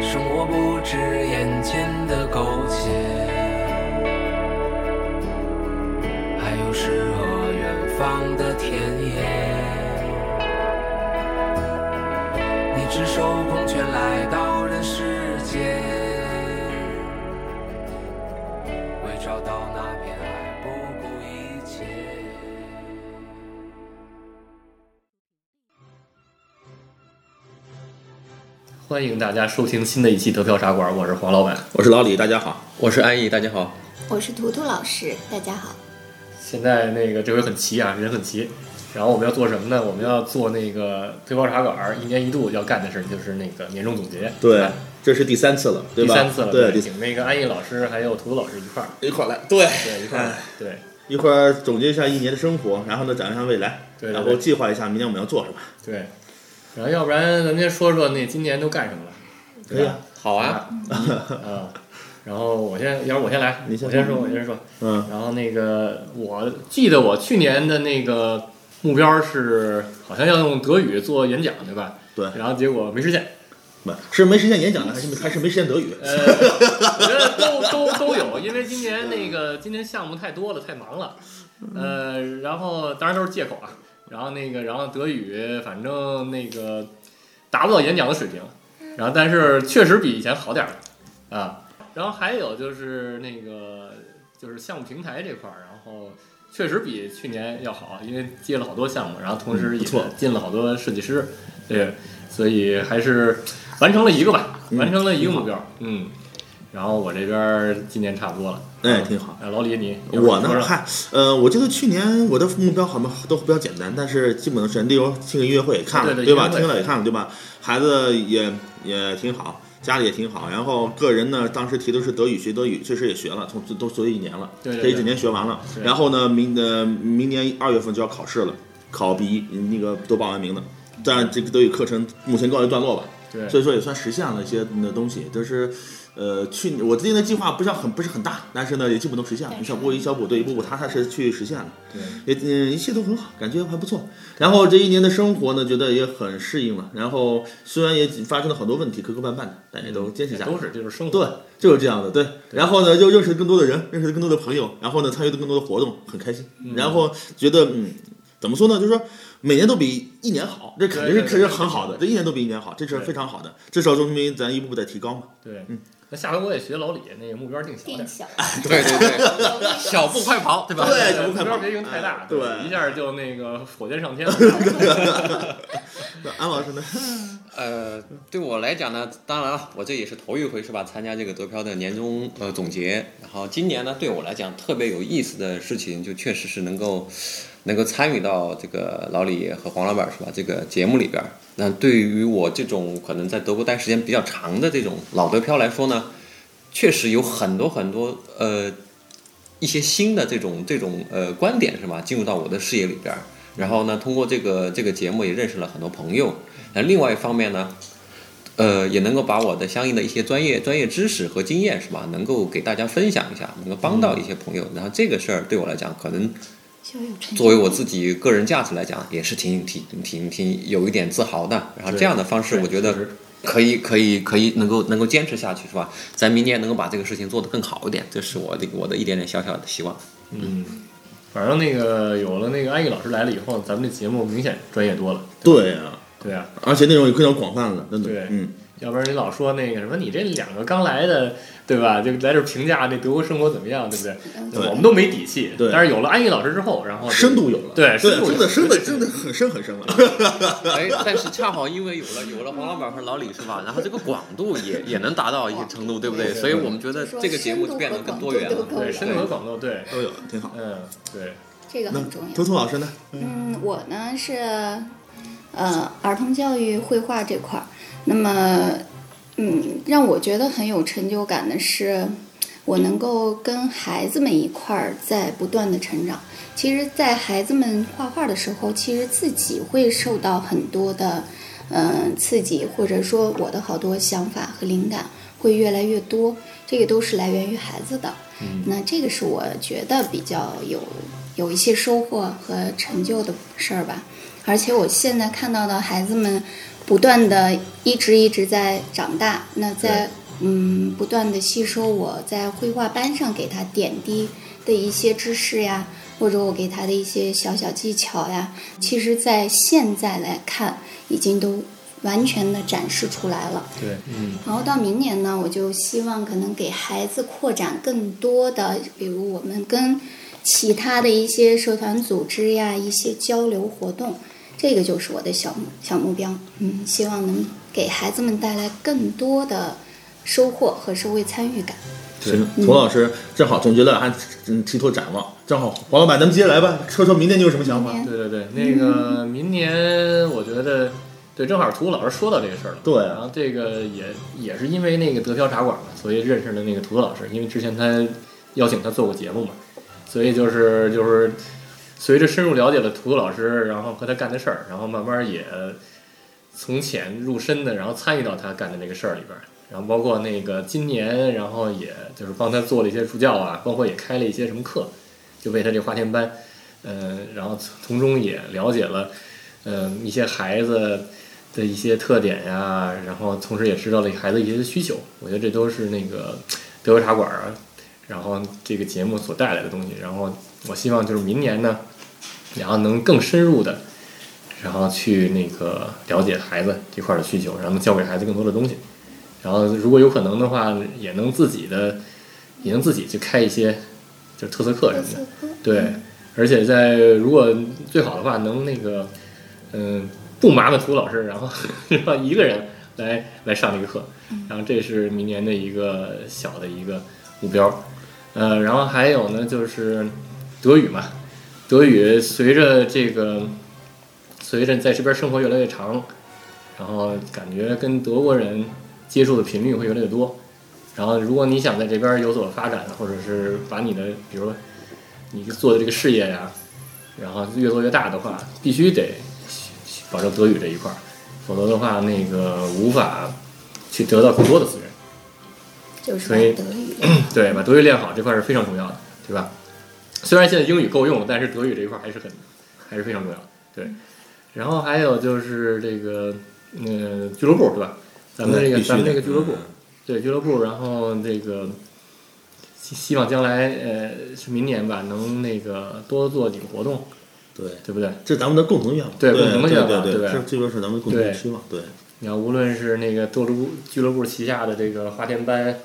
生活不止眼前的苟且，还有诗和远方的田野。你赤手空拳来到人世间，为找到那片爱不顾一切。欢迎大家收听新的一期德飘茶馆，我是黄老板，我是老李，大家好。我是安逸，大家好。我是图图老师，大家好。现在那个这回很齐啊，人很齐。然后我们要做什么呢？我们要做那个推包茶馆儿一年一度要干的事儿，就是那个年终总结。对，这是第三次了，对第吧？三次了，对，第请那个安逸老师还有图老师一块儿，一块儿来，对，哎对，一块儿，对，一会儿总结一下一年的生活，然后呢，展望一下未来，对对然对后计划一下明年我们要做什么。对。然后要不然咱们先说说那今年都干什么了？可以啊，好啊，啊，然后我先，要不我先来，你先我先说说，我先说。嗯，然后那个，我记得我去年的那个目标是，好像要用德语做演讲，对吧？对然后结果没实现。不是没实现演讲呢，还是没还是没实现德语？呃，我觉得都都都有，因为今年那个今年项目太多了，太忙了。呃，然后当然都是借口啊。然后那个，然后德语，反正那个达不到演讲的水平，然后但是确实比以前好点儿了啊。然后还有就是那个就是项目平台这块儿，然后确实比去年要好，因为接了好多项目，然后同时嗯也不错进了好多设计师，对，所以还是完成了一个吧，嗯完成了一个目标，嗯。然后我这边儿今年差不多了，哎，挺好。啊，老李你要不我说呢，说嗨，呃，我记得去年我的目标好像都比较简单，但是基本上是例如听个音乐会也看了，对对对吧？音乐会听了也看了，对吧？孩子也也挺好，家里也挺好，然后个人呢，当时提的是德语，学德语，确实也学了，从都学了一年了，对对这一对整年学完了。对然后呢，明呃明年二月份就要考试了，考 B 一那个都报完名了，但这个德语课程目前告一段落吧。对，所以说也算实现了一些嗯东西，就是，呃，去我定的计划不像很不是很大，但是呢也基本都实现了，一小步一小步，对，一步步踏踏实实去实现了，对也嗯一切都很好，感觉还不错。然后这一年的生活呢，觉得也很适应了，然后虽然也发生了很多问题，磕磕绊绊的，但也都坚持下来。都是就是生活，对，就是这样的，对。然后呢，又认识更多的人，认识更多的朋友，然后呢，参与更多的活动，很开心。嗯然后觉得，嗯，怎么说呢？就是说，每年都比一年好，这肯定是对对对肯定是很好的，这一年都比一年好，这是对非常好的。至少说明咱一步步在提高嘛。对嗯。那下回我也学老李，那个目标定小点定儿，小，对 对对，小步快跑，对吧？对小步目快跑标别定太大，哎对一下就那个火箭上 天了。那安老师呢？呃，对我来讲呢，当然了，我这也是头一回是吧？参加这个德漂的年终呃总结，然后今年呢，对我来讲特别有意思的事情，就确实是能够能够参与到这个老李和黄老板是吧？这个节目里边儿，那对于我这种可能在德国待时间比较长的这种老德漂来说呢，确实有很多很多呃一些新的这种这种呃观点是吧？进入到我的视野里边儿。然后呢，通过这个这个节目也认识了很多朋友。那另外一方面呢，呃，也能够把我的相应的一些专业专业知识和经验是吧，能够给大家分享一下，能够帮到一些朋友。然后这个事儿对我来讲，可能小有成就。作为我自己个人价值来讲，也是挺挺挺挺有一点自豪的。然后这样的方式，对我觉得确实可以可以可以能够能够坚持下去，是吧？咱明年能够把这个事情做得更好一点，这是我的我的一点点小小的希望。嗯，反正那个有了那个安逸老师来了以后，咱们这节目明显专业多了。对啊，对啊，而且内容也非常广泛了，真的对。嗯，要不然你老说那个什么，你这两个刚来的，对吧？就来这评价那德国生活怎么样，对不对？对我们都没底气。对但是有了安逸老师之后，然后就深度有了，哦对深对，度有真了的深的真的很深很深了。 哎，但是恰好因为有了有了黄老板和老李是吧？然后这个广度也也能达到一些程度，对不对？所以我们觉得这个节目就变得更多元了。对深度和广度，对，都有，挺好。嗯，对，这个那很重要图。图老师呢？嗯，我呢是，呃，儿童教育绘画这块儿。那么，嗯，让我觉得很有成就感的是，我能够跟孩子们一块儿在不断的成长。其实，在孩子们画画的时候，其实自己会受到很多的，嗯、刺激，或者说我的好多想法和灵感会越来越多，这个都是来源于孩子的。那这个是我觉得比较有有一些收获和成就的事儿吧。而且我现在看到的孩子们不断的一直一直在长大，那在嗯不断的吸收我在绘画班上给他点滴的一些知识呀，或者我给他的一些小小技巧呀，其实，在现在来看，已经都完全的展示出来了。对，嗯，然后到明年呢，我就希望可能给孩子扩展更多的，比如我们跟其他的一些社团组织呀，一些交流活动，这个就是我的小目小目标。嗯，希望能给孩子们带来更多的收获和社会参与感。行，涂老师正好总结了，还嗯提出展望，正好黄老板，咱们接下来吧，说说明年你有什么想法明？年对对对，那个明年我觉得，对，正好涂老师说到这个事儿了。对啊然后这个也也是因为那个德飘茶馆嘛，所以认识了那个涂老师，因为之前他邀请他做过节目嘛，所以就是就是随着深入了解了涂老师，然后和他干的事儿，然后慢慢也从浅入深的，然后参与到他干的那个事儿里边儿。然后包括那个今年，然后也就是帮他做了一些助教啊，包括也开了一些什么课，就为他这花田班，嗯，然后从从中也了解了，嗯，一些孩子的一些特点呀、然后同时也知道了孩子一些需求。我觉得这都是那个德国茶馆啊，然后这个节目所带来的东西。然后我希望就是明年呢，然后能更深入的，然后去那个了解孩子这块儿的需求，然后能教给孩子更多的东西。然后如果有可能的话，也能自己的，也能自己去开一些就是特色课什么的。对，而且在如果最好的话，能那个，嗯、不麻烦涂老师，然后 让一个人来来上这个课，然后这是明年的一个小的一个目标，呃，然后还有呢就是德语嘛，德语随着这个随着在这边生活越来越长，然后感觉跟德国人接触的频率会越来越多，然后如果你想在这边有所发展，或者是把你的比如说你做的这个事业呀，然后越做越大的话，必须得保证德语这一块儿，否则的话，那个无法去得到更多的资源。就是所把以德 语练好对，把德语练好这块儿是非常重要的，对吧？虽然现在英语够用，但是德语这一块儿还是很还是非常重要的。对，然后还有就是这个呃俱乐部对吧？咱们这对个必须嗯咱们这的个俱乐部，对俱乐部，然后这个希希望将来呃是明年吧，能那个多做几个活动，对，对不对？这是咱们的共同愿望，对对共同的愿望对对吧这这边是咱们共同的期望，对，你看，无论是那个斗乐部俱乐部旗下的这个花田班，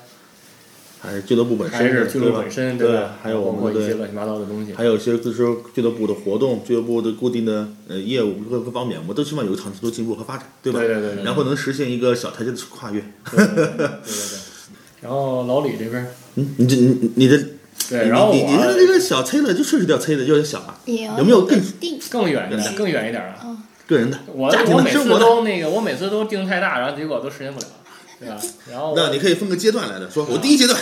还是俱乐部本身，还是俱对乐部吧本身，对吧？还有包我括们一些的乱七八糟的东西，还有一些就是俱乐部的活动、俱乐部的固定的呃业务各个方面，我们都希望有长期的进步和发展，对吧？对对对对然后能实现一个小台阶的跨越。对对对对对。然后老李这边儿，嗯，你这你你的对，然后你你的我这个小催了，就顺势掉催的有点小啊，也要有没有更定更远一点，更远一点啊！个人的我嗯家庭我的每生次活的？都那个，我每次都定太大，然后结果都实现不了，对 吧？然后我那你可以分个阶段来的，啊说我第一阶段，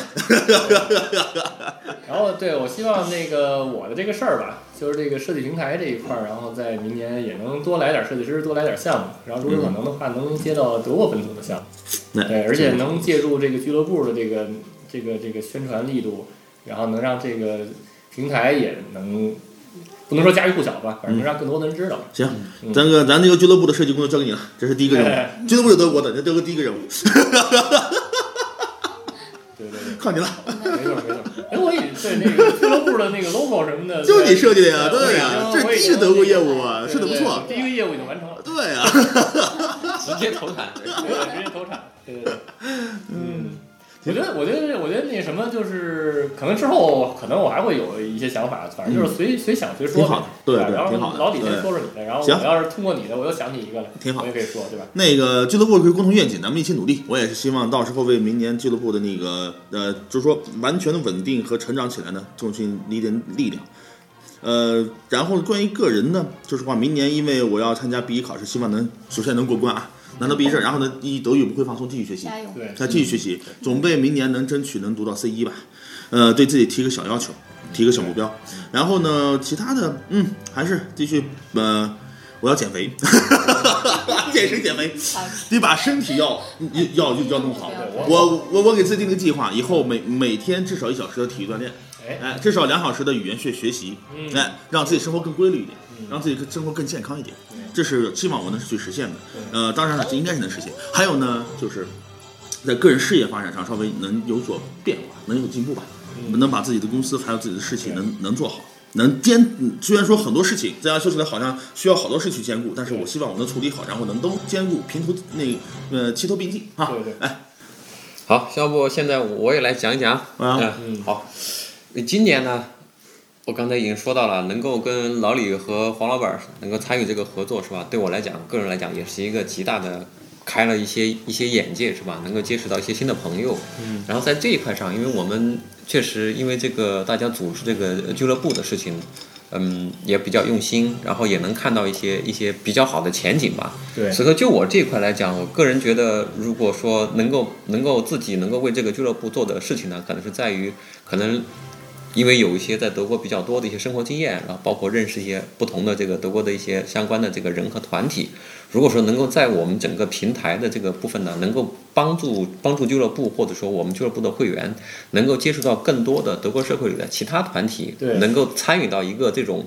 然后对我希望那个我的这个事儿吧，就是这个设计平台这一块儿，然后在明年也能多来点设计师，多来点项目，然后嗯如果可能的话，能接到德国本土的项目，那 对， 而且能借助这个俱乐部的这个这个这个宣传力度，然后能让这个平台也能不能说家喻户晓吧，反嗯正能让更多的人知道。行，咱个咱这个俱乐部的设计工作交给你了，这是第一个任嗯哎务。 俱乐部是德国的，这德国第一个任务，对对对，靠你了， 没错没错。哎，我也对那个俱乐部的那个 logo 什么的，就是你设计的呀，对对呀，这是第一个德国业务啊，设的不错，第一个业务已经完成了。对呀。直接投产。对，直接投产。对对对，嗯，我觉得，我觉得，我觉得那什么，就是可能之后，可能我还会有一些想法，反正就是随、随想随说呗。挺好的对吧对然后挺好的老李先对说说你的，然后行我要是通过你的，我又想起一个来，挺好我也可以说，对吧？那个俱乐部可以共同愿景，咱们一起努力。我也是希望到时候为明年俱乐部的那个呃，就是说完全的稳定和成长起来呢，贡献一点力量。呃，然后关于个人呢，就是话，明年因为我要参加 B 一考试，希望能首先能过关啊。拿到毕业证，然后呢，一德语不会放松，继续学习，加油！对，他继续学习，准备明年能争取能读到 C 一吧，呃，对自己提个小要求，提个小目标，然后呢，其他的，嗯，还是继续，呃，我要减肥，健身减肥，好，你把身体要要要要弄好。对我我我给自己定个计划，以后每每天至少一小时的体育锻炼，哎，哎，至少两小时的语言学学习，嗯哎，让自己生活更规律一点，让自己更生活更健康一点，这是期望我能去实现的。呃，当然了，这应该是能实现。还有呢，就是在个人事业发展上稍微能有所变化，能有进步吧，嗯能把自己的公司还有自己的事情能能做好。能兼，嗯虽然说很多事情，大家说起来好像需要好多事去兼顾，但是我希望我能处理好，然后能都兼顾，平头那呃齐头并进啊！对对哎，好，要不现在我也来讲一讲啊。啊嗯，好。今年呢，我刚才已经说到了，能够跟老李和黄老板能够参与这个合作，是吧？对我来讲，个人来讲，也是一个极大的开了一些一些眼界，是吧？能够结识到一些新的朋友。嗯。然后在这一块上，因为我们确实因为这个大家组织这个俱乐部的事情，嗯，也比较用心，然后也能看到一些一些比较好的前景吧。对所以说就我这一块来讲，我个人觉得，如果说能够能够自己能够为这个俱乐部做的事情呢，可能是在于可能。因为有一些在德国比较多的一些生活经验，然后包括认识一些不同的这个德国的一些相关的这个人和团体，如果说能够在我们整个平台的这个部分呢，能够帮助帮助俱乐部或者说我们俱乐部的会员，能够接触到更多的德国社会里的其他团体，对能够参与到一个这种。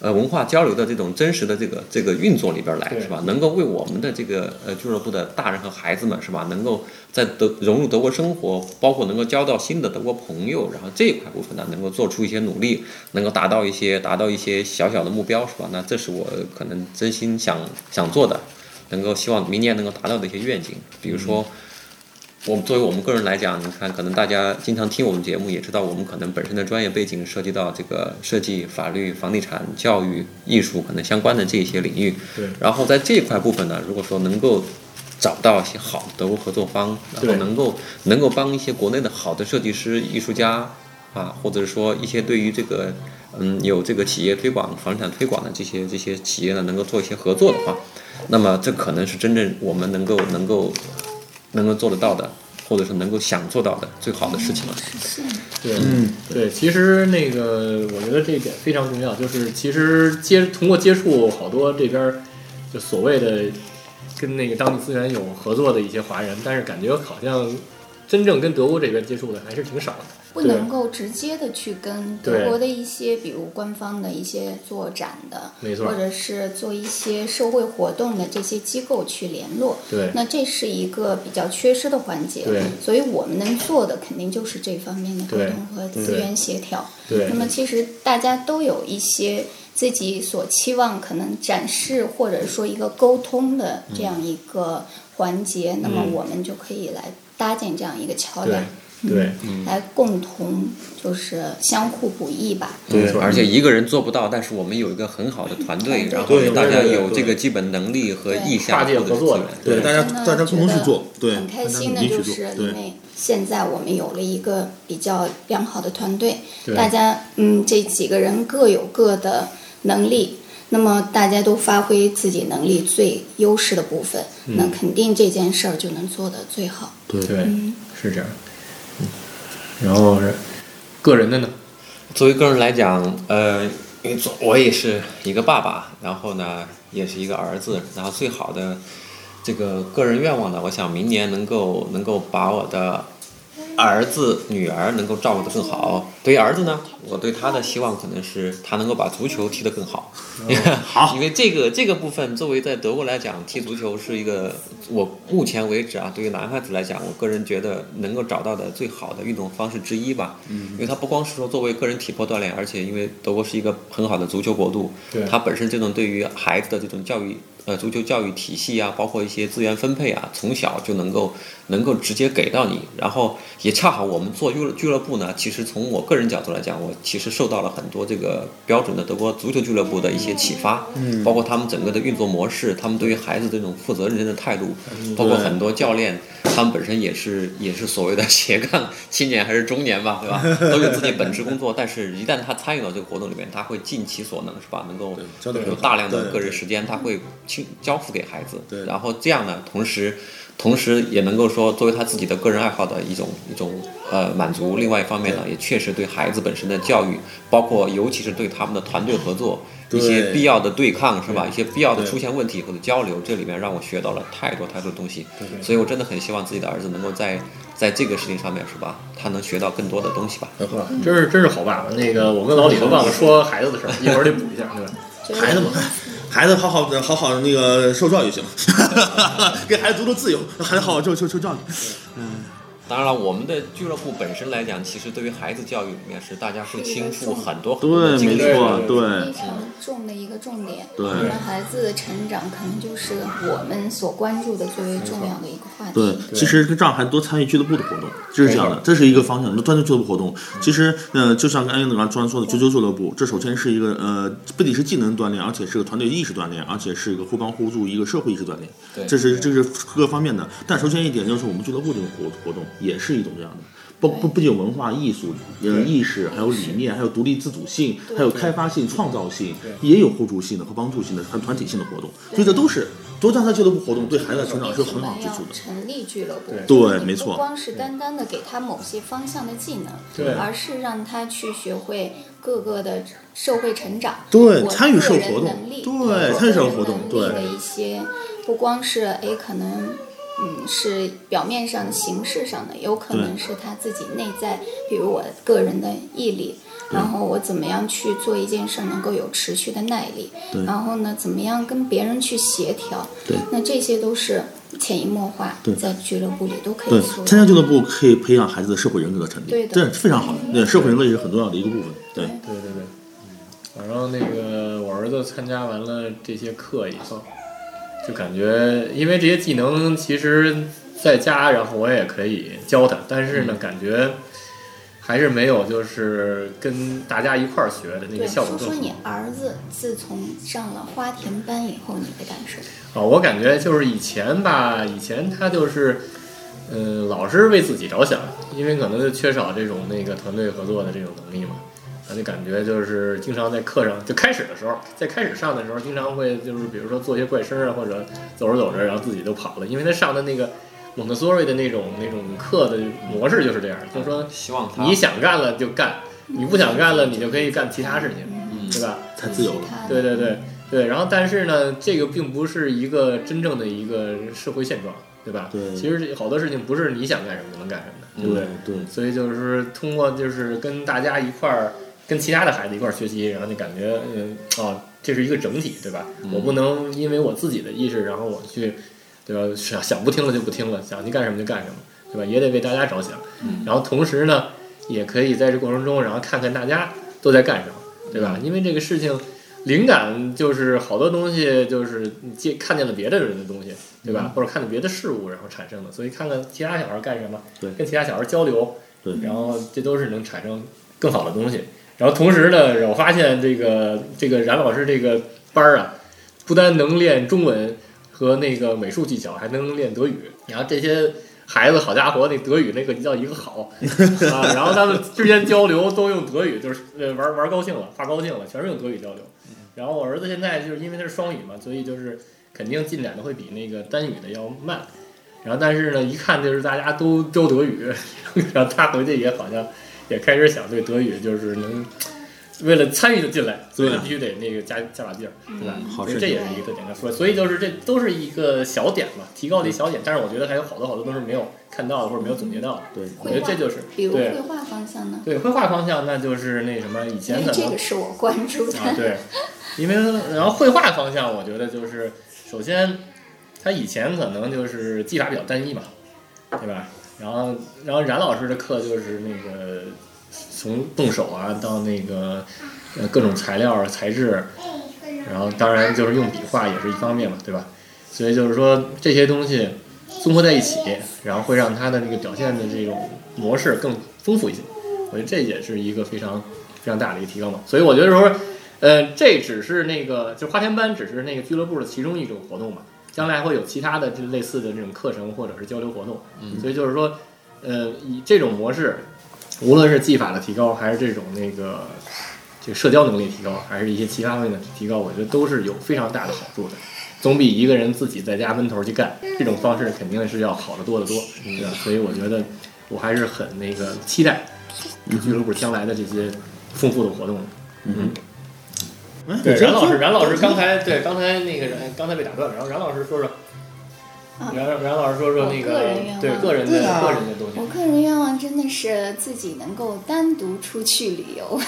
呃，文化交流的这种真实的这个这个运作里边儿来对是吧？能够为我们的这个呃俱乐部的大人和孩子们是吧，能够在德融入德国生活，包括能够交到新的德国朋友，然后这一块部分呢，能够做出一些努力，能够达到一些达到一些小小的目标是吧？那这是我可能真心想想做的，能够希望明年能够达到的一些愿景，比如说。我们作为我们个人来讲，你看，可能大家经常听我们节目，也知道我们可能本身的专业背景涉及到这个设计、法律、房地产、教育、艺术可能相关的这些领域。对然后在这一块部分呢，如果说能够找到一些好的德国合作方，然后对能够能够帮一些国内的好的设计师、艺术家啊，或者说一些对于这个嗯有这个企业推广、房地产推广的这些这些企业呢，能够做一些合作的话，那么这可能是真正我们能够能够能够做得到的，或者是能够想做到的最好的事情了。是对，对，其实那个我觉得这一点非常重要，就是其实接通过接触好多这边儿就所谓的跟那个当地资源有合作的一些华人，但是感觉好像真正跟德国这边接触的还是挺少的。不对能够直接的去跟对德国的一些，比如官方的一些做展的，没错或者是做一些社会活动的这些机构去联络。对那这是一个比较缺失的环节。对所以我们能做的肯定就是这方面的沟对通和资源协调。对那么其实大家都有一些自己所期望可能展示或者说一个沟通的这样一个环节，那么我们就可以来搭建这样一个桥嗯对梁。对，嗯来共同就是相互补益吧。没错而且一个人做不到，但是我们有一个很好的团团队队，然后对大家对对有对这个基本能力和对意向跨界或者合作的资源对，大家真的大家共同去做，对，很开心大的家努就力去是做，因对，为现在我们有了一个比较良好的团队，对大家嗯这几个人各有各的能力，那么大家都发挥自己能力最优势的部分，嗯那肯定这件事儿就能做得最好。对，嗯是这样。嗯然后是个人的呢，作为个人来讲，呃，因为做我也是一个爸爸，然后呢，也是一个儿子，然后最好的这个个人愿望呢，我想明年能够能够把我的儿子、女儿能够照顾得更好。对于儿子呢，我对他的希望可能是他能够把足球踢得更好。好，因为这个这个部分，作为在德国来讲，踢足球是一个我目前为止啊，对于男孩子来讲，我个人觉得能够找到的最好的运动方式之一吧。嗯，因为它不光是说作为个人体魄锻炼，而且因为德国是一个很好的足球国度，对它本身这种对于孩子的这种教育。呃，足球教育体系啊，包括一些资源分配啊，从小就能够能够直接给到你，然后也恰好我们做俱乐俱乐部呢，其实从我个人角度来讲，我其实受到了很多这个标准的德国足球俱乐部的一些启发，嗯，包括他们整个的运作模式，他们对于孩子这种负责任的态度，包括很多教练，他们本身也是也是所谓的斜杠青年还是中年吧，对 吧？都有自己本职工作，但是一旦他参与到这个活动里面，他会尽其所能，是吧？能够交流有大量的对个人时间，他会去交付给孩子对，然后这样呢，同时。同时也能够说，作为他自己的个人爱好的一种一种呃满足。另外一方面呢，也确实对孩子本身的教育，包括尤其是对他们的团队合作一些对必要的对抗，是吧？一些必要的对出现问题或者交流，这里面让我学到了太多太多东西。所以我真的很希望自己的儿子能够在在这个事情上面，是吧？他能学到更多的东西吧。很好。嗯真是真是好爸爸。那个我跟老李都忘了说孩子的事儿，一会儿得补一下，对吧？孩 子嘛，孩子好好好好那个受教育就行， 给孩子足够自由，孩子好好受受受教育。当然了，我们的俱乐部本身来讲，其实对于孩子教育里面是大家会倾覆很多很多的精没力。错，非对常重的一个重点。对我们孩子的成长可能就是我们所关注的最为重要的一个话题。对，其实让孩子多参与俱乐部的活动，这是这样的没，这是一个方向。团队俱乐部活动，其实呃，就像刚才刚专说的，啾啾俱乐部，这首先是一个呃，不仅是技能锻炼，而且是个团队意识锻炼，而且是一个互帮互助、一个社会意识锻炼。对这是这是各个方面的。但首先一点就是我们俱乐部这种活活动也是一种这样的。不不不仅有文化艺术、呃意识，还有理念，还有独立自主性，还有开发性、创造性，也有互助性的和帮助性的、团团体性的活动，所以这都是多参加俱乐部活动对孩子的成长是有很好之要处的。成立俱乐部，对没不错光是单单的给他某些方向的技能，对而是让他去学会各个的社会成长，对我参与社会个人活动能力对我个人参与社会活动能力对的一些不光是哎可能。嗯，是表面上、形式上的，有可能是他自己内在，比如我个人的毅力，然后我怎么样去做一件事儿能够有持续的耐力，对然后呢，怎么样跟别人去协调，对那这些都是潜移默化对，在俱乐部里都可对以做，参加的。俱乐部可以培养孩子的社会人格的成立，对的这是非常好的。对，社会人格也是很重要的一个部分。对，对对对。反正嗯那个我儿子参加完了这些课以后，就感觉因为这些技能其实在家，然后我也可以教他，但是呢，感觉还是没有就是跟大家一块儿学的那个对，效说果更说好。你儿子自从上了花田班以后，你的感受？啊，我感觉就是以前吧，以前他就是，嗯、老是为自己着想，因为可能就缺少这种那个团队合作的这种能力嘛，他就感觉就是经常在课上，就开始的时候，在开始上的时候，经常会就是比如说做一些怪声啊，或者走着走着，然后自己就跑了，因为他上的那个蒙特梭利的那种那种课的模式就是这样，就是说希望他你想干了就干，你不想干了你就可以干其他事情，嗯对吧？太自由了。他对对对对，然后但是呢，这个并不是一个真正的一个社会现状，对吧？对其实这好多事情不是你想干什么就能干什么的，对不对？对对嗯所以就是通过就是跟大家一块儿，跟其他的孩子一块儿学习，然后你感觉嗯哦，这是一个整体，对吧？我不能因为我自己的意识，然后我去，对吧？想想不听了就不听了，想去干什么就干什么，对吧？也得为大家着想，然后同时呢，也可以在这过程中，然后看看大家都在干什么，对吧？因为这个事情。灵感就是好多东西，就是你借看见了别的人的东西，对吧？或者看见别的事物，然后产生的。所以看看其他小孩干什么，对跟其他小孩交流，对然后这都是能产生更好的东西。然后同时呢，我发现这个这个冉老师这个班儿啊，不单能练中文和那个美术技巧，还能练德语。然后这些孩子，好家伙，那德语那个一叫一个好啊！然后他们之间交流都用德语，就是呃玩玩高兴了，发高兴了，全是用德语交流。然后我儿子现在就是因为他是双语嘛，所以就是肯定进展的会比那个单语的要慢。然后但是呢，一看就是大家都都德语， 然后他回去也好像也开始想对德语就是能为了参与的进来，所以对必须得那个加加把劲儿，对吧？好所以事这情也是一个点的说，所以就是这都是一个小点嘛，提高的一小点，但是我觉得还有好多好多都是没有看到的或者没有总结到的，对我觉得这就是比如绘对嗯画方向呢？对绘画方向，那就是那什么以因前为可这能个是我关注的。啊，对，因为然后绘画方向，我觉得就是首先，他以前可能就是技法比较单一嘛，对吧？然后然后冉老师的课就是那个从动手啊到那个呃各种材料啊材质，然后当然就是用笔画也是一方面嘛，对吧？所以就是说这些东西综合在一起，然后会让他的那个表现的这种模式更丰富一些。我觉得这也是一个非常非常大的一个提高嘛。所以我觉得说，呃，这只是那个就花田班只是那个俱乐部的其中一种活动嘛。将来会有其他的这类似的这种课程或者是交流活动。所以就是说，呃，以这种模式，无论是技法的提高，还是这种那个这个社交能力提高，还是一些其他方面的提高，我觉得都是有非常大的好处的。总比一个人自己在家闷头去干，这种方式肯定是要好得多得多，对吧？所以我觉得我还是很那个期待俱乐部将来的这些丰富的活动的。哎对，我觉得冉老师，就冉老师刚才对刚才那个冉刚才被打断，然后冉老师说说，啊冉冉老师说说我那个个人愿望对个人的对啊个人的东西我，个人愿望真的是自己能够单独出去旅游，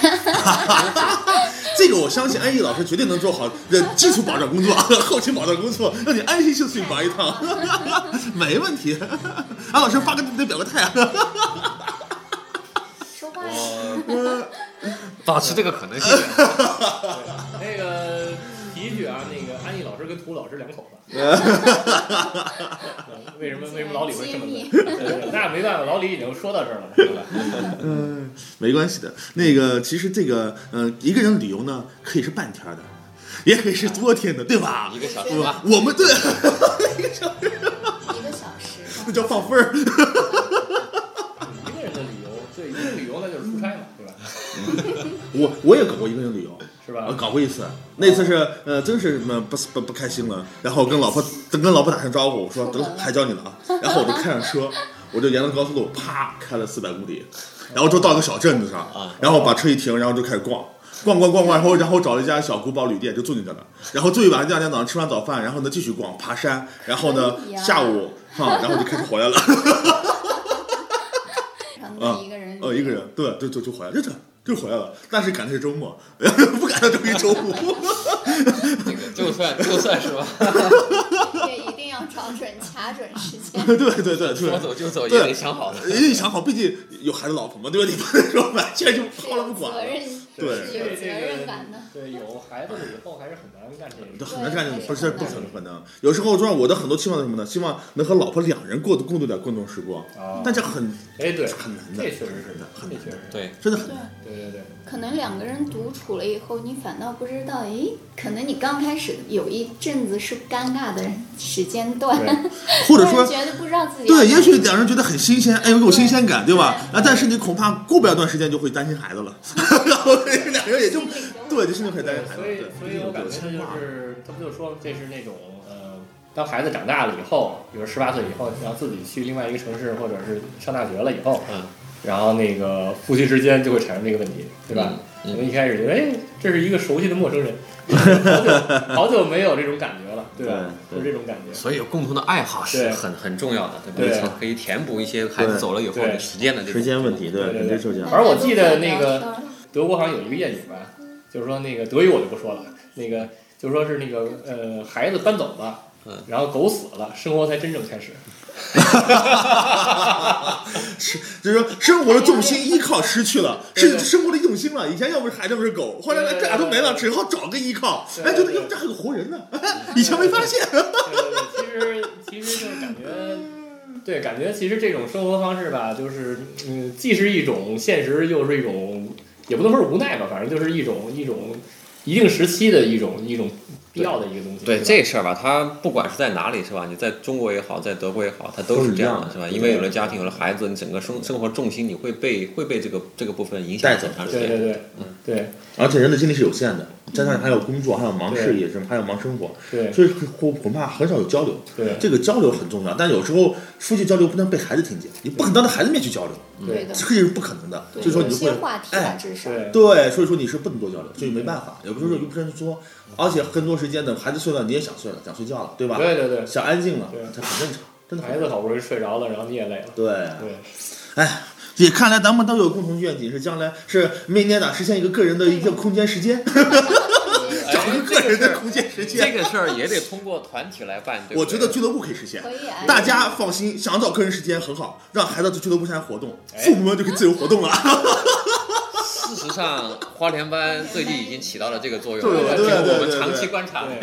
这个我相信安逸老师绝对能做好呃基础保障工作、后勤保障工作，让你安心去玩一趟， 没问题。安老师发个得表个态啊！说话呀。哦保持这个可能性。那个提一句啊，那个安逸老师跟涂老师两口 子，嗯为什么为什么老李会这么问？对对那没办法，老李已经说到这儿了，对吧？没关系的。那个，其实这个，呃，一个人旅游呢，可以是半天儿的，也可以是多天的，对吧一？个小时吧我。我们对， 一个小时吧那叫放分儿。一个人的旅游，对一个人旅游那就是出差嘛， 对吧？我我也搞过一个人旅游，是吧呃搞过一次，那次是呃，真是嗯不不不开心了，然后跟老婆跟老婆打声招呼，我说得了，还叫你了啊，然后我就开上车，我就沿着高速路啪开了四百公里，然后就到一个小镇子上，啊然后把车一停，然后就开始逛。逛逛逛逛，然后然后找了一家小古堡旅店，就住进去了。然后住一晚上，第二天早上吃完早饭，然后呢继续逛爬山，然后呢可以呀下午哈、然后就开始回来了。然啊后一个人旅游呃，一个人，对对对，就回来，就这就回来了。但是赶的是周末，不赶的周一周五。 这个就算就算是吧，对，一定要找准卡准时 间。对对对对说，走就走也对得想好了。人家想好，毕竟有孩子、老婆嘛，对吧？你不能说完全就抛了不管责了。任对是有责任感的。对，有孩子了以后还是很难干这就个。很难干这种，不是不可能，不可能。有时候就让我的很多期望是什么呢？希望能和老婆两人过共度点共同时光，啊但这很哎，对，很难这的，确实是的，这确实是，对，真的很难。对对对。 可能两个人独处了以后，你反倒不知道，诶，可能你刚开始有一阵子是尴尬的时间段，或 者说突然觉得不知道自己对，要也许两人觉得很新鲜，哎呦，有新鲜感，对吧？啊，但是你恐怕过不了段时间就会担心孩子 了，然后两个人也就心里就对，就心里会担心孩子所了。以对，所以我感觉这他种就是，他不就说这是那种呃，当孩子长大了以后，比如十八岁以后，然后自己去另外一个城市，或者是上大学了以后，嗯，然后那个夫妻之间就会产生这个问题，对吧？嗯嗯我们一开始觉得，哎，这是一个熟悉的陌生人，好久好久没有这种感觉了，对吧？对就是这种感觉。所以有共同的爱好是对很很重要的，对吧？对你才可以填补一些孩子走了以后对的时间的这时种。间问题，对，对对肯定是这样。而我记得那个大家都在聊天儿德国好像有一个谚语吧，就是说那个德语我就不说了，那个就是说是那个呃，孩子搬走了嗯。然后狗死了，生活才真正开始。就是说生活的重心依靠失去了，是生活的重心了。以前要不是孩子，要不是狗，后来这俩都没了，只好找个依靠。哎，觉得哟，这还有活人呢，哎以前没发现。对对对，其实其实就是感觉，对，感觉其实这种生活方式吧，就是嗯，既是一种现实，又是一种，也不能说是无奈吧，反正就是一种一种一定时期的一种一种必要的一个东西。对吧这事儿吧，它不管是在哪里，是吧？你在中国也好，在德国也好，它都是这样的，是吧？因为有了家庭，有了孩子，你整个生生活重心，你会被会被这个这个部嗯分影响带走很长时对间。 对对，对而且人的精力是有限的，加上还有工作，还有忙对事业什么，还有忙生活，对所以恐恐怕很少有交流。对这个交流很重要，但有时候夫妻交流不能被孩子听见，你不可能当着孩子面去交流，对的，这是不可能的。所对以说你就有些会话题吧哎，，至少对对，所以说你是不能多交流，所以没办法，也不是说又不能说，而且很多时间等孩子睡了，你也想睡了，想睡觉了，对吧？对对对，想安静了对，这很正常，真的很孩子好不容易睡着了，然后你也累了。对。对，哎，也看来咱们都有共同愿景，是将来是明年哪实现一个个人的一个空间时间，找一个个人的空间时这间。个事儿也得通过团体来办，对不我对觉得俱乐部可以实现可，以啊。大家放心，想找个人时间很好，让孩子去俱乐部参加活动，哎父母们就可以自由活 动了。哎事实上，花莲班最近已经起到了这个作用，对了。对这个对我们对长对期观察。对，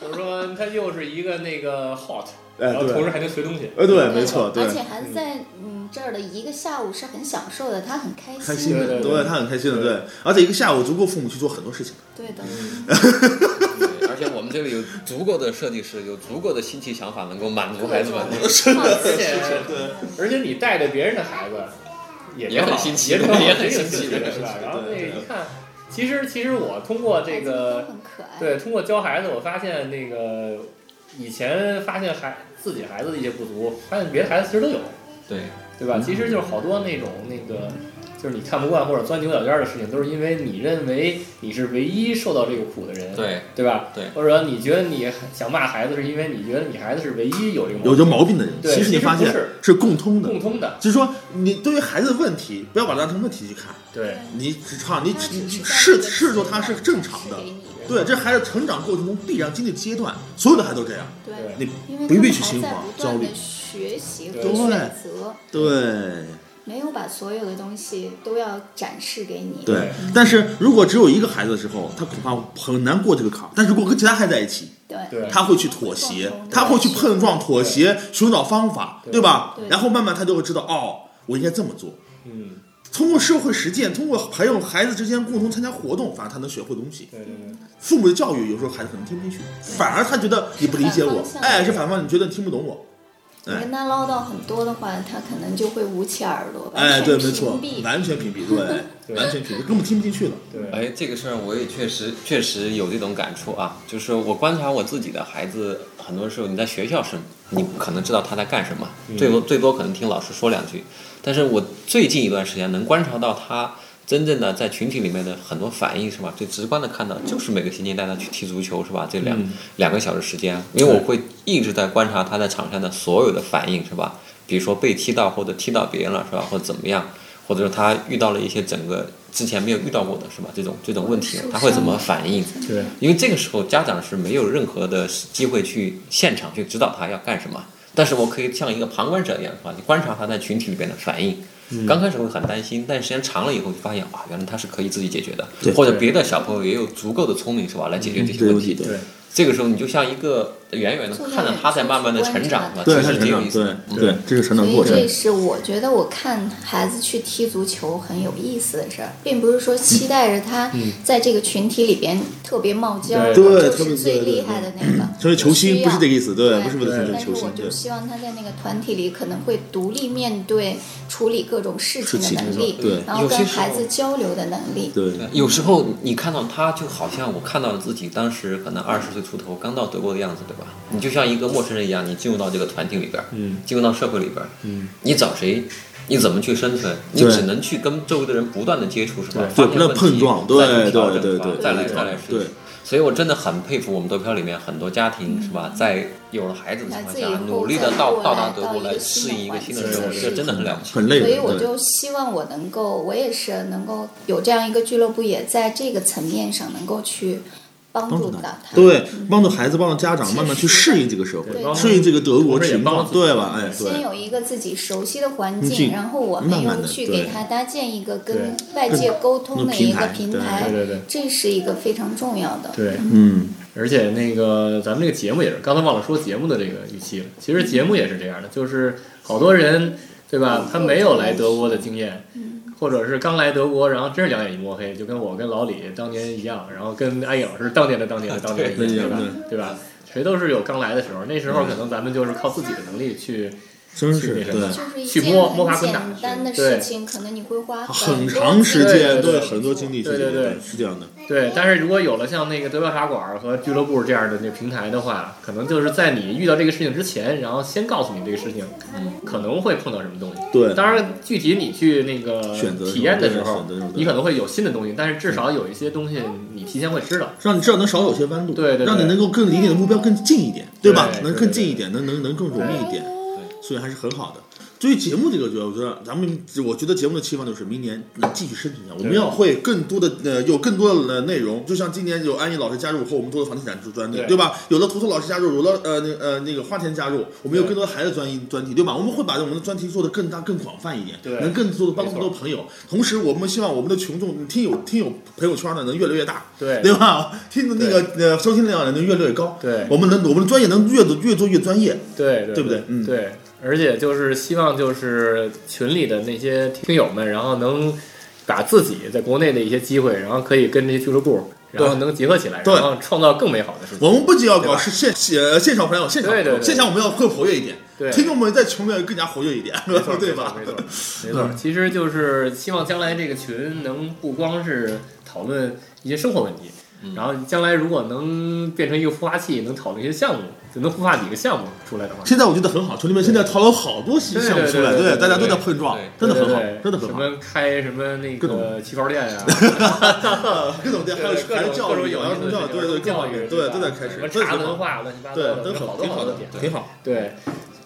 就是说它又是一个那个 hot，哎然后对同时还能学 东西。呃，对，没错，对而，且孩子在嗯这儿的一个下午是很享受的，他很开开心心的，的，对对对他很开心的，对，而且一个下午足够父母去做很多事情。对的，对而且我们们这里有足够的设计师，有足够的新奇想法，能够满足孩子们。好奇。而且你带着别人的孩子也也很挺好新奇也挺好也很也挺新奇的，是吧？然后那一看，其实其实我通过这孩子们个都很可爱。对通过教孩子，我发现那个以前发现孩自己孩子的一些不足，发现别的孩子其实都有，对，对吧？其实就是好多那种那个。就是你看不惯或者钻牛角尖儿的事情，都是因为你认为你是唯一受到这个苦的人，对对吧？对或者说你觉得你想骂孩子，是因为你觉得你孩子是唯一有这个毛有病这毛病的人，对其实你其实发不现是是共通的，共通的，就是说你对于孩子的问题，不要把它当成问题去看，对你只看你他只只你是在视视那个作阶他是段正展常示的给，你对，这孩子成长过程中必然经历阶段，所有的孩子都这样，对，你因为不他必们去还心在慌不焦断虑的，学习和对选择，对。没有把所有的东西都要展示给你。对，但是如果只有一个孩子的时候，他恐怕很难过这个坎儿。但如果跟其他孩子在一起，对对他会去妥协对，他会去碰撞、妥协，寻找方法，对对吧对？然后慢慢他就会知道，哦，我应该这么做。嗯，通过社会实践，通过朋友、孩子之间共同参加活动，反而他能学会东西。对对对。父母的教育有时候孩子可能听不进去，反而他觉得你不理解我反方，向哎，是反方，你觉得你听不懂我，你哎跟他唠叨很多的话，他可能就会捂起耳朵，哎，完对，全没屏错，蔽。完全屏蔽， 对，完全屏蔽，根本听不进去了。对，哎，这个事儿我也确实确实有这种感触啊，就是我观察我自己的孩子，很多时候你在学校是，你不可能知道他在干什么，最多最多可能听老师说两句，但是我最近一段时间能观察到他。真正的在群体里面的很多反应是吧？最直观的看到就是每个星期带他去踢足球是吧？这两、两个小时时间，因为我会一直在观察他在场上的所有的反应是吧？比如说被踢到或者踢到别人了是吧？或者怎么样？或者说他遇到了一些整个之前没有遇到过的是吧？这种这种问题，他会怎么反应？对，因为这个时候家长是没有任何的机会去现场去指导他要干什么，但是我可以像一个旁观者一样是吧？你观察他在群体里边的反应。嗯刚开始会很担心，但时间长了以后，就发现啊，原来他是可以自己解决的，或者别的小朋友也有足够的聪明是吧，来解决这些问题。嗯对对这个时候你就像一个远远的坐在看着远他在处慢慢的观成长察吧，对，其他实成挺有长意，思对的。嗯对，这是成所长以过程这。是我觉得我看孩子去踢足球很有意思的事儿，并不是说期待着他在这个群体里边特别冒尖儿，嗯对对就特别是最对对厉害的那个。成为球星需不要是这个意思，对，不是为了对成为但是球我星，对就，希望他在那个团体里可能会独立面对、处理各种事情事情的能力，对然后有些跟时孩候子交流的能力。对，有时候你看到他，就好像我看到了自己当时可能二十岁出头刚到德国的样子，对吧？你就像一个陌生人一样，你进入到这个团体里边，嗯，进入到社会里边，嗯，你找谁，你怎么去生存？你对只能去跟周围的人不断的接触，是吧？对发现不断问题碰撞对再去调对整是吧对对再来对再来试对试。所以我真的很佩服我们德漂里面很多家庭，是吧？在有了孩子的情来况自以下后，努力再的到过到来达德到国一个来新适的应一个环新的境生活，是这真的很了不起。很累所以我的，对，就希望我能够，我也是能够有这样一个俱乐部，也在这个层面上能够去帮帮助助到他，他。对，帮助孩子，帮助家长切实慢慢去适应这个社对会，帮适应这个德国同时也情帮况，自己对吧？哎，先对，有一个自己熟悉的环环境境，然后我们慢慢又地去对给他搭建一个对跟外界沟通的一个平平台台，对对对这是一个非常重要的。对，嗯，而且那个咱们这个节目也是，刚才忘了说节目的这个预期了。其实节目也是这样的，就是好多人对吧，他没有来德国的经验，或者是刚来德国，然后真是两眼一抹黑，就跟我跟老李当年一样，然后跟安影是当年的当年的当年的一 样，对吧？对嗯吧？谁都是有刚来的时候，那时候可能咱们就是靠自己的能力去，真是去那什对么，就是一去件摸摸爬很简滚打单的对事情，可能你会花很多长时精力间，对对很多精力去，对对对是这样的，对，但是如果有了像那个德标茶馆和俱乐部这样的那平台的话，可能就是在你遇到这个事情之前，然后先告诉你这个事情，可能会碰到什么东西。对当然具体你去那个选择的时候体验的时对候选择的时候，对嗯你可能会有新的东西，但是至少有一些东西你提前会知道。让你至少能少走些弯路，对对对让你能够更离你的目标更近一点，对吧？对能对更对近一点，能能能更容易一点，所以还是很好的。对于节目这个，我觉得咱们，我觉得节目的期望就是明年能继续深一下，我们要会更多的呃，有更多的内容，就像今年有安逸老师加入后，我们多了房地产专题，对对吧？有了图图老师加入，有了呃那呃那个花田加入，我们有对更多的孩子专一专题，对吧？我们会把我们的专题做得更大、更广泛一点，对能更多的帮没助更错多朋友。同时，我们希望我们的群众、嗯听友、听友朋友圈呢能越来越大，对对吧？听的那个呃收听量呢能越来越高，对我们能我们的专业能越做越做越专业，对对对对不对嗯对，而且就是希望就是群里的那些听友们，然后能把自己在国内的一些机会，然后可以跟这些俱乐部，然后能结合起来，对然后创造更美好的事情。我们不仅要对搞吧是现呃现场活动，现场对对活动对现场我们要更活跃一点，对听众们在群里面更加活跃一点，没 错， 对吧没？错，没错，没错。其实就是希望将来这个群能不光是讨论一些生活问题，然后将来如果能变成一个孵化器，能讨论一些项目，就能孵化几个项目出来的话，现在我觉得很好，群里面现在讨论好多新项目出来，对对对对对大家都在碰撞对，真的很好对对，真的很什好。么开什么那各个种旗袍店呀、各种店还有 对各还有种教各育，种有儿童意思教育，的对地对方啊教育对对对都在开始什么，真的茶很文好，化乱七八糟对的，都有很好好，多挺好好多的点，子。挺好。对，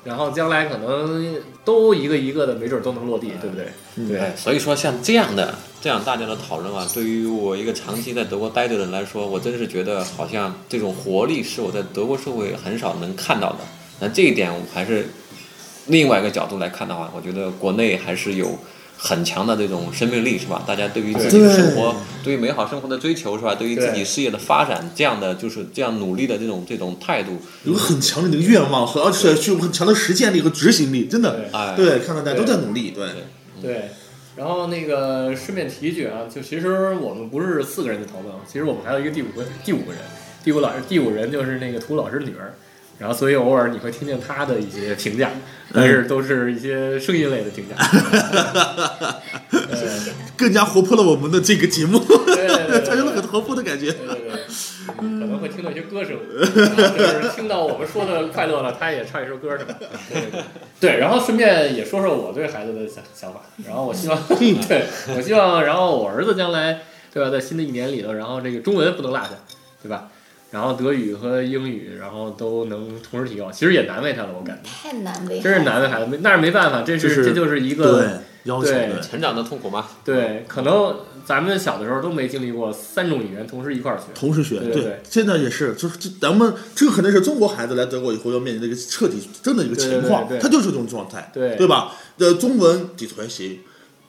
然后将来可能都一个一个的，没准都能落地，对不对？对哎，所以说像这样的这样大家的讨论啊，对于我一个长期在德国待着的人来说，我真是觉得好像这种活力是我在德国社会很少能看到的。那这一点我还是另外一个角度来看的话，我觉得国内还是有。很强的这种生命力是吧？大家对于自己的生活、对于美好生活的追求是吧？对于自己对事业的发展，这样的就是这样努力的这种这种态度，有个很强的那个愿望和而且具有很强的实践力和执行力，真的对，哎，对，看到大家都在努力，对，对。然后那个顺便提一句啊，就其实我们不是四个人在讨论，其实我们还有一个第五个第五个人，第五老师第五人就是那个涂老师女儿，然后所以偶尔你会听见她的一些评价，但是都是一些声音类的评价。呃更加活泼了我们的这个节 目， 对对对对产生了很活泼的感觉。对对对，可能会听到一些歌声，啊就是听到我们说的快乐了，他也唱一首歌什么的。对对对对，然后顺便也说说我对孩子的想想法，然后我希望， 对我希望，然后我儿子将来对吧，在新的一年里头，然后这个中文不能落下，对吧？然后德语和英语，然后都能同时提高，其实也难为他了，我感觉，太难为，真是。难为孩子，没那是没办法，这就是是这就是一个对，要求对对，成长的痛苦嘛，对，可能咱们小的时候都没经历过三种语言同时一块儿学，同时学，对对对现在也是，就是这咱们这个可能是中国孩子来德国以后要面临的一个彻底真的一个情况，对对对对他就是这种状态，对吧？呃，中文得学习。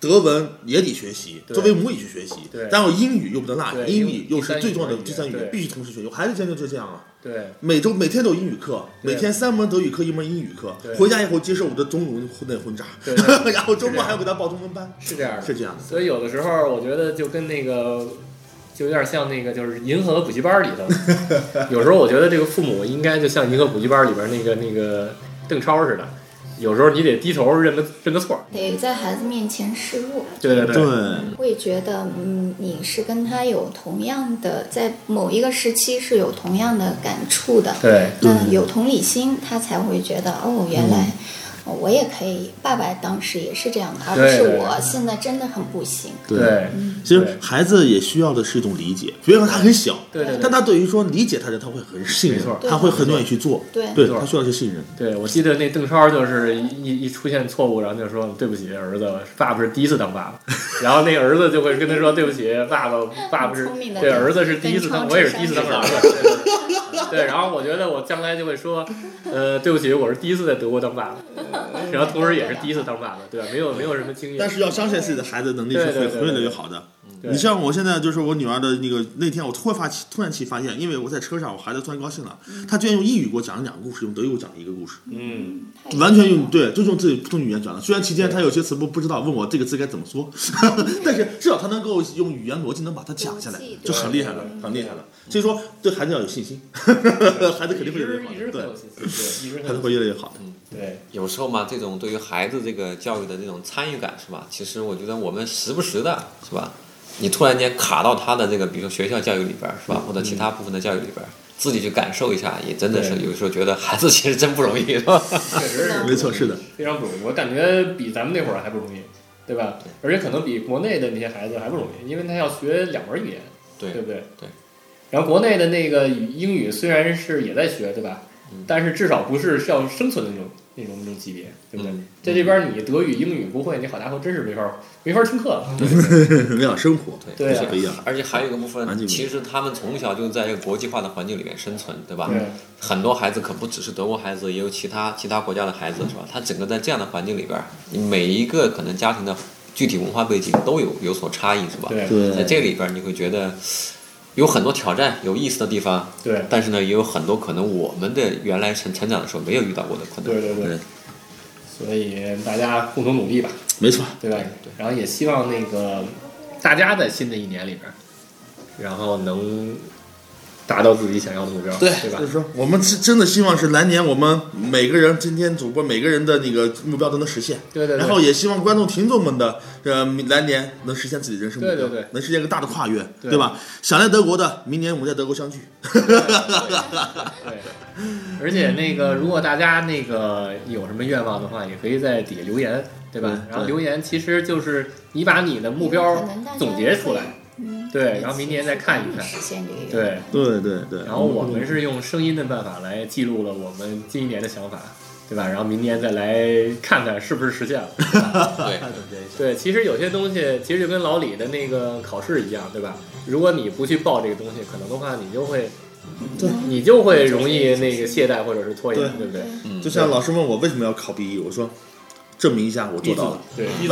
德文也得学习，对作为母语去学习对，然后英语又不能落下，对英英语语又是最重要的第第三三语语言言，对必须同时学习。我孩子现在就这样啊，对。每周每天都有英语课，对每天三门德语课，一门英语课对。回家以后接受我的中文混混杂对 对，然后周末还要给他报中文班，是这样的，是这样的。所以有的时候我觉得就跟那个，就有点像那个就是银河补习班里头， 有时候我觉得这个父母应该就像银河补习班里边那个那个邓超似的，有时候你得低头认个认个错儿。得在孩子面前示弱，对对对会觉得，嗯，你是跟他有同样的，在某一个时期是有同样的感触的，对嗯那有同理心，他才会觉得，哦，原来哦我也可以，爸爸当时也是这样的，而不对是对我现在真的很不行。对对其实对孩子也需要的是一种理解，别说他很小，对对对但他对于说理解他的，他会很信没任错，他会很愿意去做，对对没错他需要的是信任，对，我记得那邓超就是一一一出现错误，然后就说对不起儿子，爸爸是第一次当爸爸， 然后那儿子就会跟他说对不起，爸爸爸爸是聪明的对人儿子是第一次当，邓超我也是第一次当儿子。对，然后我觉得我将来就会说，呃，对不起，我是第一次在德国当爸爸， 然后同时也是第一次当爸爸，对吧？没有没有什么经验嗯但，是要相信自己的孩子能力是会对对对会越对来越对嗯好的。对你像我现在就是我女儿的那个那天，我突然发起突然起发现，因为我在车上，我孩子突然高兴了，他居然用英语给我讲了两个故事，用德语给我讲了一个故事，嗯，太完全用对，就用自己不同语言转了。虽然期间他有些词不不知道，问我这个字该怎么 说，但是至少他能够用语言逻辑能把它讲下来逻辑，就很厉害了，很厉害了。所以说，对孩子要有信心， 孩子肯定会越来越好一的，直一直很有对，信心，对，一直孩很子有会越来越好的。对有时候嘛，这种对于孩子这个教育的这种参与感是吧？其实我觉得我们时不时的是吧，你突然间卡到他的这个，比如说学校教育里边儿是吧，或者其他部分的教育里边儿，自己去感受一下，也真的是对有时候觉得孩子其实真不容易是 吧？确实是没错，是的，非常不容易，我感觉比咱们那会儿还不容易，对吧？而且可能比国内的那些孩子还不容易，因为他要学两门语言，对不对？对。然后国内的那个语英语虽然是也在学，对吧？但是至少不是要生存的那种那种那种级别，对不对？嗯在这边你德语、英语不会，你好家伙真是没法没法听课了。对美好生活对对啊是不一样的。而且还有一个部环境分，不一其样实他们从小就在一个国际化的环境里面生存，对吧？对很多孩子可不只是德国孩子，也有其他其他国家的孩子，是吧？他整个在这样的环境里边儿，你每一个可能家庭的具体文化背景都有有所差异，是吧？对在对，这里边儿你会觉得有很多挑战、有意思的地方，对但是呢，也有很多可能我们的原来成成长的时候没有遇到过的困难。对对对，所以大家共同努力吧。没错，对吧？然后也希望那个大家在新的一年里边儿，然后能达到自己想要的目标，对吧所？以说，我们是真的希望是来年我们每个人今天主播每个人的那个目标都能实现。对对对然后也希望观众听众们的呃来年能实现自己人生目标，对对对能实现一个大的跨越，对吧？想来德国的，明年我们在德国相聚。对，而且那个，如果大家那个有什么愿望的话，也可以在底下留言，对吧？嗯然后对留言其实就是你把你的目标总结出来，，嗯，对，然后明年再看一看，实现这个愿望。对。对对对。然后我们是用声音的办法来记录了我们今年的想法，对吧？然后明年再来看看是不是实现了。对吧对，对，其实有些东西其实就跟老李的那个考试一样，对吧？如果你不去报这个东西，可能的话你就会，你就会容易那个懈怠或者是拖延，嗯对对不对？就像老师问我为什么要考 BE，我说证明一下我做到了。对，嗯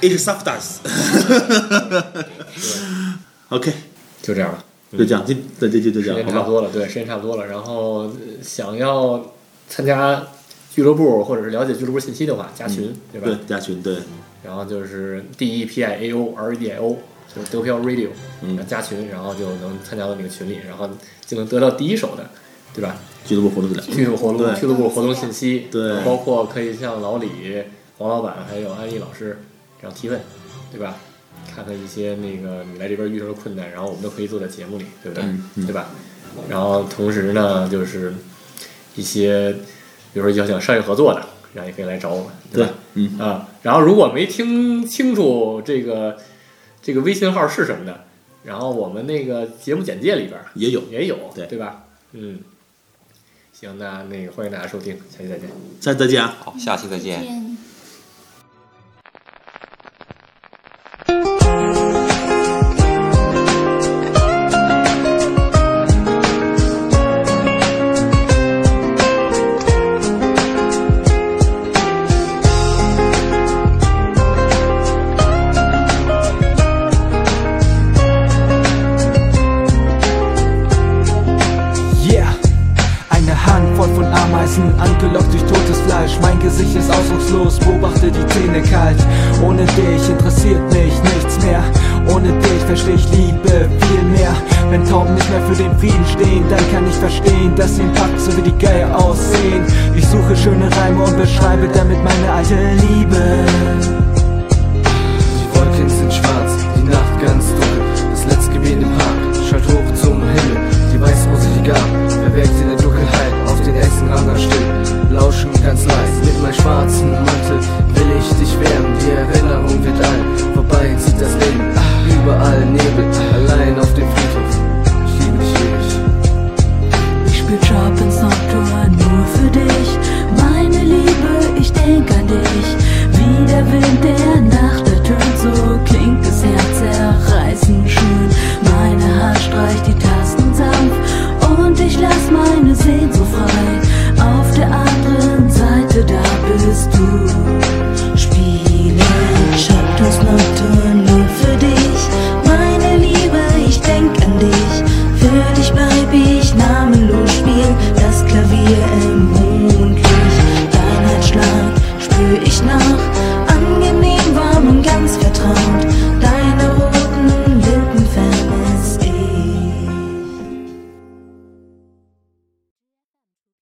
对， ，It's s u f d a s OK，就这样吧。就这样，今这这期就时这样，间好差吧不？多了，对，时间差不多了。然后呃想要参加俱乐部或者是了解俱乐部信息的话，加群，对吧？嗯对，加群，对，然后就是 D E P I A O R E D I O，就是德飘 Radio，嗯然后加群，然后就能参加到那个群里，然后就能得到第一手的，对吧？俱乐部活动质量。 俱乐部活动、对俱乐部活动信息，对包括可以向老李、黄老板还有安逸老师这样提问，对吧？看看一些那个你来这边遇到的困难，然后我们都可以做在节目里，对不嗯对？对吧？然后同时呢，就是一些比如说要想商业合作的，然后也可以来找我们，吧？对嗯啊，然后如果没听清楚这个这个微信号是什么的，然后我们那个节目简介里边儿也有也有，对对吧？嗯，行，那那个欢迎大家收听，下期再见。下次再见啊。好，下期再见。见。 Yeah! Eine Handvoll von Ameisen, angelockt durch totes Fleisch. Mein Gesicht ist ausdruckslos, beobachte die Zähne kalt. Ohne dich interessiert mich nichts mehr. Ohne dich verstehe ich Liebe viel mehr. Wenn Tauben nicht mehr für den Frieden stehen, dann kann ich verstehen, dass sie im Pakt so wie die Geier aussehen. Ich suche schöne Reime und beschreibe damit meine alte Liebe.